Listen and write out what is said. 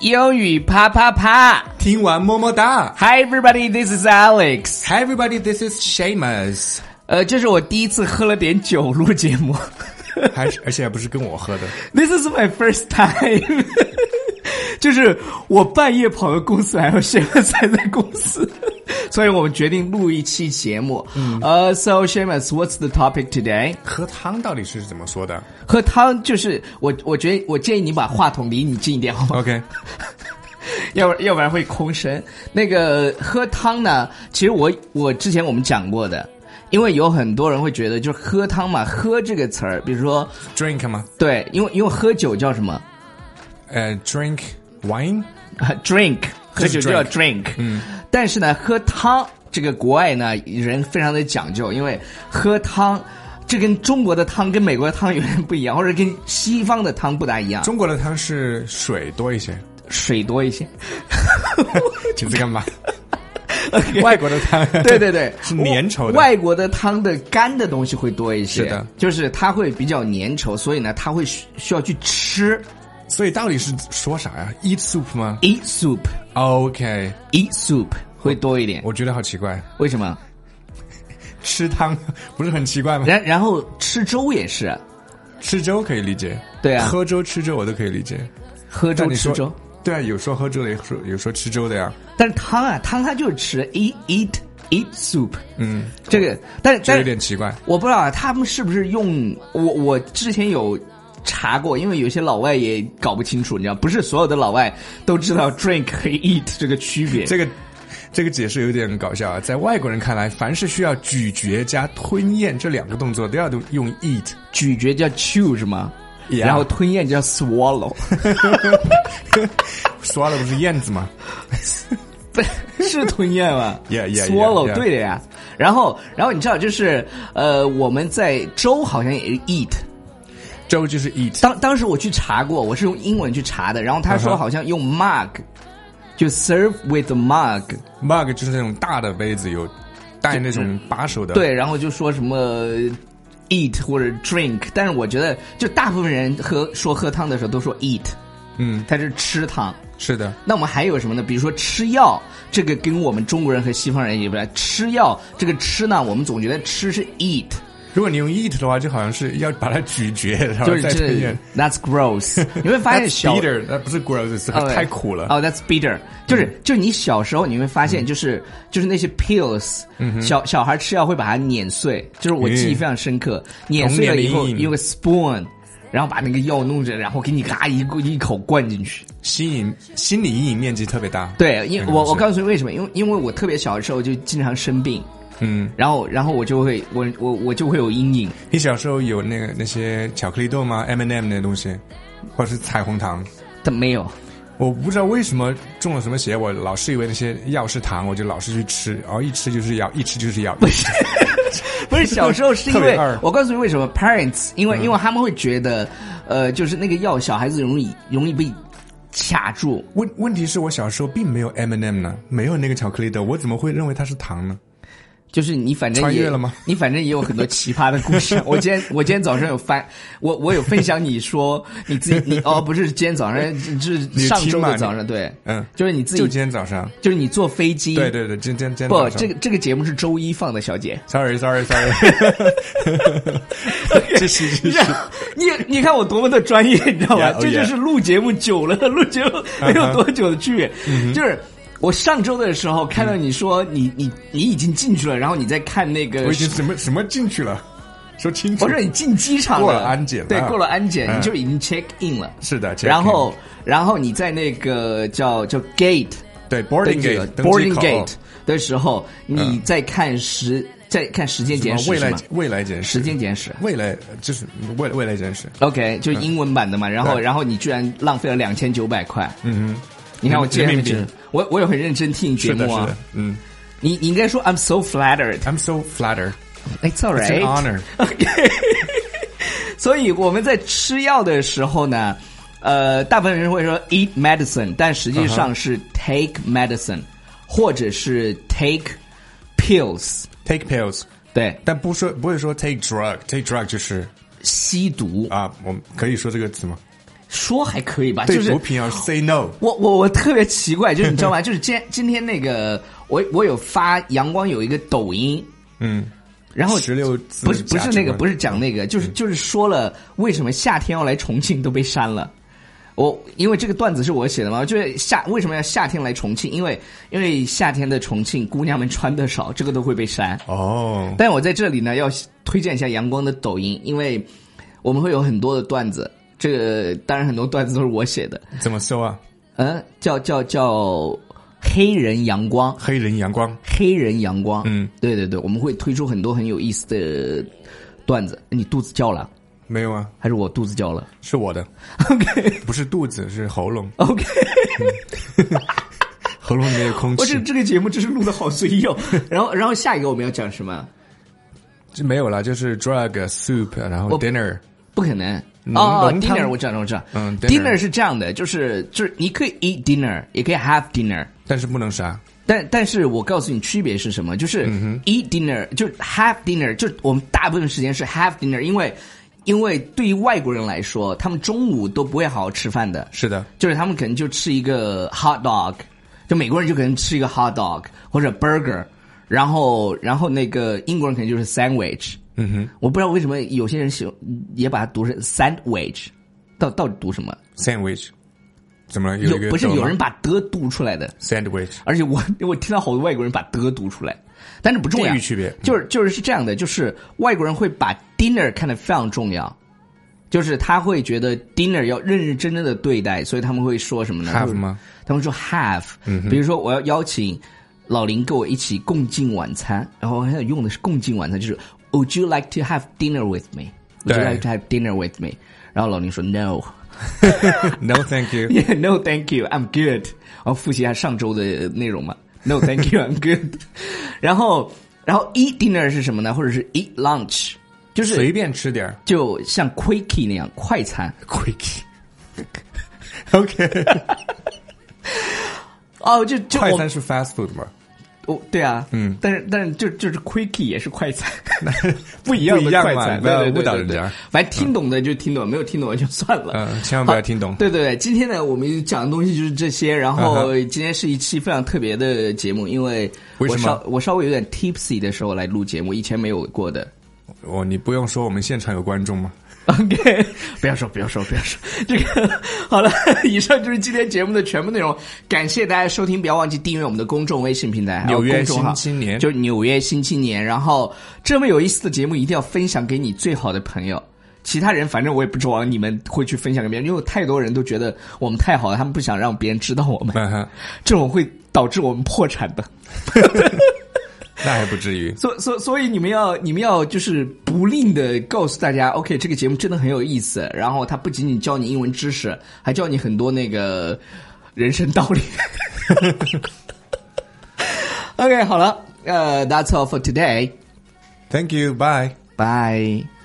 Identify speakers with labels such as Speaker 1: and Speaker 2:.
Speaker 1: 英语啪啪啪
Speaker 2: 听完么么哒。
Speaker 1: ！Hi everybody, this is Alex。
Speaker 2: Hi everybody, this is Shamus，
Speaker 1: 呃，这是我第一次喝了点酒录节目
Speaker 2: 还是而且还不是跟我喝的，
Speaker 1: ，This is my first time 。 就是我半夜跑到公司，还有现在才在公司，所以我们决定录一期节目。呃、s o Shamus, what's the topic today？
Speaker 2: 喝汤到底是怎么说的
Speaker 1: 喝汤就是我，我觉得我建议你把话筒离你近一点，好吗？
Speaker 2: ？OK，
Speaker 1: 要不要不然会空声。那个喝汤呢，其实我我之前我们讲过的，因为有很多人会觉得就是喝汤嘛，喝这个词儿，比如说
Speaker 2: drink 吗？
Speaker 1: 对，因为因为喝酒叫什么
Speaker 2: 呃，drink wine，
Speaker 1: 啊？drink，喝酒就叫 drink，嗯，但是呢，喝汤这个国外呢人非常的讲究，因为喝汤。这跟中国的汤跟美国的汤有点不一样，或者跟西方的汤不大一样，
Speaker 2: 中国的汤是水多一些，
Speaker 1: 水多一些。
Speaker 2: 你在干嘛？ 外国的汤，
Speaker 1: 对对对，
Speaker 2: 是粘稠的
Speaker 1: 外国的汤的干的东西会多一些，
Speaker 2: 是的
Speaker 1: 就是它会比较粘稠，所以呢，它会需需要去吃
Speaker 2: 所以到底是说啥呀？Eat soup 吗
Speaker 1: eat soup
Speaker 2: ？OK，
Speaker 1: eat soup 会多一点，
Speaker 2: 我觉得好奇怪，
Speaker 1: 为什么？
Speaker 2: 吃汤 不是很奇怪吗？
Speaker 1: 然然后吃粥也是，
Speaker 2: 吃粥可以理解，
Speaker 1: 对啊
Speaker 2: 喝粥吃粥我都可以理解。
Speaker 1: 喝
Speaker 2: 但
Speaker 1: 粥
Speaker 2: 你
Speaker 1: 吃
Speaker 2: 说
Speaker 1: 粥，，
Speaker 2: 对啊，有说喝粥的，有说有说吃粥的呀。
Speaker 1: 但是汤啊汤它就是吃 eat eat eat soup，嗯，这个，但是
Speaker 2: 这
Speaker 1: 但
Speaker 2: 有
Speaker 1: 是
Speaker 2: 点奇怪。
Speaker 1: 我不知道啊，他们是不是用我？我之前有查过，因为有些老外也搞不清楚，你知道，不是所有的老外都知道 drink 和 eat 这个区别。
Speaker 2: 这个这个解释有点搞笑啊，在外国人看来，凡是需要咀嚼加吞咽这两个动作，都要用用 eat。
Speaker 1: 咀嚼叫 chew 是吗
Speaker 2: Yeah
Speaker 1: 然后吞咽叫 swallow，
Speaker 2: 刷的不是燕子吗？
Speaker 1: 不是吞咽吗
Speaker 2: Yeah, yeah, yeah,
Speaker 1: swallow
Speaker 2: yeah.
Speaker 1: 对的呀。然后，然后你知道，就是呃，我们在粥好像也是 eat。
Speaker 2: 粥就是 eat。
Speaker 1: 当当时我去查过，我是用英文去查的，然后他
Speaker 2: 嗯
Speaker 1: 说
Speaker 2: 哼
Speaker 1: 好像用 mug，、就 serve with a mug。
Speaker 2: mug 就是那种大的杯子，有带那种把手的。，
Speaker 1: 嗯对，然后就说什么 eat 或者 drink，但是我觉得就大部分人喝说喝汤的时候都说 eat，
Speaker 2: 嗯，
Speaker 1: 它是吃汤。
Speaker 2: 是的，
Speaker 1: 那我们还有什么呢？比如说吃药，这个跟我们中国人和西方人也不一样。吃药这个吃呢，我们总觉得吃是 eat，
Speaker 2: 如果你用 eat 的话，就好像是要把它咀嚼，然后
Speaker 1: 就是
Speaker 2: 再吞咽
Speaker 1: 这。that's gross。你会 发现
Speaker 2: That's
Speaker 1: 小
Speaker 2: bitter，那不是 gross，
Speaker 1: 哦
Speaker 2: 太苦了。嗯
Speaker 1: 哦、t h a t s bitter，就是就你小时候你会发现，就是、就是那些 pills，、小小孩吃药会把它碾碎，就是我记忆
Speaker 2: 嗯
Speaker 1: 非常深刻，碾碎了以后
Speaker 2: 童年的阴影
Speaker 1: 用个 spoon，然后把那个药弄着，然后给你嘎一口一口灌进去。
Speaker 2: 心影心理阴影面积特别大。，
Speaker 1: 对，因
Speaker 2: 这个
Speaker 1: 我
Speaker 2: 是
Speaker 1: 我告诉你为什么，因为因为我特别小的时候就经常生病，
Speaker 2: 嗯，
Speaker 1: 然后然后我就会我我我就会有阴影。
Speaker 2: 你小时候有那个那些巧克力豆吗？M&M 那些东西，或者是彩虹糖？
Speaker 1: 但没有，
Speaker 2: 我不知道为什么中了什么邪，我老是以为那些药是糖，我就老是去吃，然后一吃就是药，一吃就是 药。
Speaker 1: 不是小时候是因
Speaker 2: 特
Speaker 1: 为
Speaker 2: 别二嗯
Speaker 1: 我告诉你为什么 parents，因为、因为他们会觉得，呃，就是那个药小孩子容易容易被卡住。
Speaker 2: 问问题是我小时候并没有 M&M 呢，没有那个巧克力豆，我怎么会认为它是糖呢？
Speaker 1: 就是你反正
Speaker 2: 穿
Speaker 1: 也
Speaker 2: 越了吗
Speaker 1: 你反正也有很多奇葩的故事。我今天我今天早上有翻，我我有分享你说你自己你哦不是今天早上就是
Speaker 2: 你
Speaker 1: 上周
Speaker 2: 听嘛
Speaker 1: 的
Speaker 2: 你
Speaker 1: 早上对，
Speaker 2: 嗯，
Speaker 1: 就是你自己
Speaker 2: 就今天早上。
Speaker 1: 就是你坐飞机
Speaker 2: 对对对，今天今天
Speaker 1: 不
Speaker 2: 早上。
Speaker 1: 这个这个节目是周一放的，小姐。
Speaker 2: Sorry Sorry Sorry，这是这是。
Speaker 1: 你你看我多么的专业，你知道吧
Speaker 2: Yeah, 嗯 oh
Speaker 1: 这就是录节目久了和录节目没有多久的区别。
Speaker 2: 嗯
Speaker 1: 就是我上周的时候看到你说你你你已经进去了，然后你在看那个
Speaker 2: 我已经什么什么进去了，说清楚。
Speaker 1: 我说你进机场
Speaker 2: 过了安检了
Speaker 1: 对，过了安检，
Speaker 2: 嗯
Speaker 1: 你就已经 check in 了。
Speaker 2: 是的，
Speaker 1: 然后，然后你在那个叫叫 gate
Speaker 2: 对 boarding
Speaker 1: 的这
Speaker 2: gate
Speaker 1: 个
Speaker 2: 登机
Speaker 1: boarding
Speaker 2: 口哦嗯
Speaker 1: gate 的时候，你在看时，在看时间
Speaker 2: 什
Speaker 1: 简
Speaker 2: 么
Speaker 1: 史
Speaker 2: 未
Speaker 1: 是
Speaker 2: 来
Speaker 1: 吗？
Speaker 2: 未来简史，
Speaker 1: 时间简史。
Speaker 2: 未来就是未未来简史。
Speaker 1: OK，就
Speaker 2: 嗯
Speaker 1: 英文版的嘛。然后，然后你居然浪费了两千九百块。
Speaker 2: 嗯
Speaker 1: 你看我今
Speaker 2: 人
Speaker 1: 天
Speaker 2: 民币
Speaker 1: 很我我也很认真听你
Speaker 2: 哼，
Speaker 1: 节
Speaker 2: 是的，
Speaker 1: 目
Speaker 2: 是
Speaker 1: 啊
Speaker 2: 的。，嗯
Speaker 1: 你你应该说 I'm so flattered。
Speaker 2: ，I'm so flattered。
Speaker 1: It's
Speaker 2: It's an
Speaker 1: alright.
Speaker 2: honor。
Speaker 1: 所以我们在吃药的时候呢，呃，大部分人会说 eat medicine，但实际上
Speaker 2: 嗯
Speaker 1: 是 take medicine，、或者是 take pills。
Speaker 2: Take pills，
Speaker 1: 对，
Speaker 2: 但不说不会说 take drug，take drug 就是
Speaker 1: 吸毒
Speaker 2: 啊，我们可以说这个词吗？
Speaker 1: 说还可以吧，
Speaker 2: 对
Speaker 1: 就是
Speaker 2: 毒品要 say no。
Speaker 1: 我我我特别奇怪，就是你知道吗？就是 今天今天那个我我有发阳光有一个抖音，
Speaker 2: 嗯，
Speaker 1: 然后
Speaker 2: 十六字
Speaker 1: 不是不是那个不
Speaker 2: 是
Speaker 1: 是讲那个，就是
Speaker 2: 嗯
Speaker 1: 就是说了为什么夏天要来重庆都被删了。我因为这个段子是我写的嘛，就是夏为什么要夏天来重庆？因为因为夏天的重庆姑娘们穿的少，这个都会被删。
Speaker 2: 哦，
Speaker 1: 但我在这里呢，要推荐一下阳光的抖音，因为我们会有很多的段子。这个当然很多段子都是我写的，
Speaker 2: 怎么搜啊？
Speaker 1: 嗯，叫叫叫黑人阳光，
Speaker 2: 黑人阳光，
Speaker 1: 黑人阳光，
Speaker 2: 嗯，
Speaker 1: 对对对，我们会推出很多很有意思的段子。你肚子叫了
Speaker 2: 没有啊，
Speaker 1: 还是我肚子叫了
Speaker 2: 是我的，
Speaker 1: ？OK
Speaker 2: 不是肚子，是喉咙，
Speaker 1: OK，
Speaker 2: 喉咙里面有空
Speaker 1: 我这
Speaker 2: 气，
Speaker 1: 这个节目真是录的好随意哦。 然后然后下一个我们要讲什么？
Speaker 2: 这没有了，就是 drug soup，然后
Speaker 1: 我
Speaker 2: dinner，
Speaker 1: 不可能。
Speaker 2: 浓
Speaker 1: 哦
Speaker 2: 浓汤
Speaker 1: ，dinner 我知道，我知道。
Speaker 2: 嗯
Speaker 1: ，dinner
Speaker 2: ，dinner
Speaker 1: 是这样的，就是就是你可以 eat dinner，也可以 have dinner，
Speaker 2: 但是不能杀。
Speaker 1: 但但是我告诉你区别是什么，就是
Speaker 2: 嗯
Speaker 1: eat dinner，、就是 have dinner，就是我们大部分时间是 have dinner，因为因为对于外国人来说，他们中午都不会好好吃饭的，
Speaker 2: 是的，
Speaker 1: 就是他们可能就吃一个 hot dog，就美国人就可能吃一个 hot dog 或者 burger，然后然后那个英国人可能就是 sandwich，
Speaker 2: 嗯哼
Speaker 1: 我不知道为什么有些人喜欢也把它读成 sandwich，到到底读什么？
Speaker 2: ，sandwich，怎么了？
Speaker 1: 有
Speaker 2: 一个
Speaker 1: 不是
Speaker 2: 豆吗
Speaker 1: 有人把的读出来的？
Speaker 2: sandwich，
Speaker 1: 而且我 我听到好多外国人把的读出来，但是不重要。
Speaker 2: 地域区别嗯
Speaker 1: 就是就是是这样的，就是外国人会把 dinner 看得非常重要，就是他会觉得 dinner 要认认真真的对待，所以他们会说什么呢
Speaker 2: have 吗？嗯
Speaker 1: 他们说 have，、比如说我要邀请老林跟我一起共进晚餐，然后我想用的是共进晚餐，就是 Would you like to have dinner with me? Would you
Speaker 2: 对
Speaker 1: like to have dinner with me? 然后老林说 No。
Speaker 2: No, thank you.
Speaker 1: Yeah, no, thank you, I'm good。我复习一下上周的内容嘛。No, thank you, I'm good 。 然后，然后 eat dinner 是什么呢？或者是 eat lunch，就是
Speaker 2: 随便吃点儿
Speaker 1: 就像 quickie 那样快餐。
Speaker 2: ，quick。OK，
Speaker 1: 哦，就就
Speaker 2: 快
Speaker 1: 我
Speaker 2: 餐是 fast food 吗？
Speaker 1: 哦，对啊，
Speaker 2: 嗯
Speaker 1: 但是但是就就是 quickie 也是快餐，
Speaker 2: 不一
Speaker 1: 一样
Speaker 2: 不一
Speaker 1: 的
Speaker 2: 样
Speaker 1: 快
Speaker 2: 嘛，
Speaker 1: 餐，
Speaker 2: 不
Speaker 1: 对
Speaker 2: 要
Speaker 1: 对对
Speaker 2: 误导
Speaker 1: 对
Speaker 2: 人
Speaker 1: 对
Speaker 2: 家。
Speaker 1: 反正听懂的就听懂，没有听懂的就算了。
Speaker 2: 嗯，千万不要听懂。
Speaker 1: 对对对，今天呢，我们讲的东西就是这些。然后
Speaker 2: 嗯
Speaker 1: 今天是一期非常特别的节目，因为我
Speaker 2: 为什么
Speaker 1: 稍我稍微有点 tipsy 的时候来录节目，以前没有过的。
Speaker 2: 哦，你不用说，我们现场有观众吗？
Speaker 1: OK，不 要说，不要说，不要说，这个 好了。以上就是今天节目的全部内容，感谢大家收听，不要忘记订阅我们的公众微信平台，还有
Speaker 2: 纽约
Speaker 1: 公众号
Speaker 2: 新青年
Speaker 1: 就是纽约新青年。然后这么有意思的节目，一定要分享给你最好的朋友。其他人反正我也不指望你们会去分享给别人，因为太多人都觉得我们太好了，他们不想让别人知道我们，
Speaker 2: 嗯哼，
Speaker 1: 这种会导致我们破产的。
Speaker 2: 那还不至于。
Speaker 1: 所所所以你们要你们要就是不吝的告诉大家，OK，这个节目真的很有意思。然后它不仅仅教你英文知识，还教你很多那个人生道理。OK，好了，呃、t h a t s all for today.
Speaker 2: Thank you. Bye.
Speaker 1: Bye.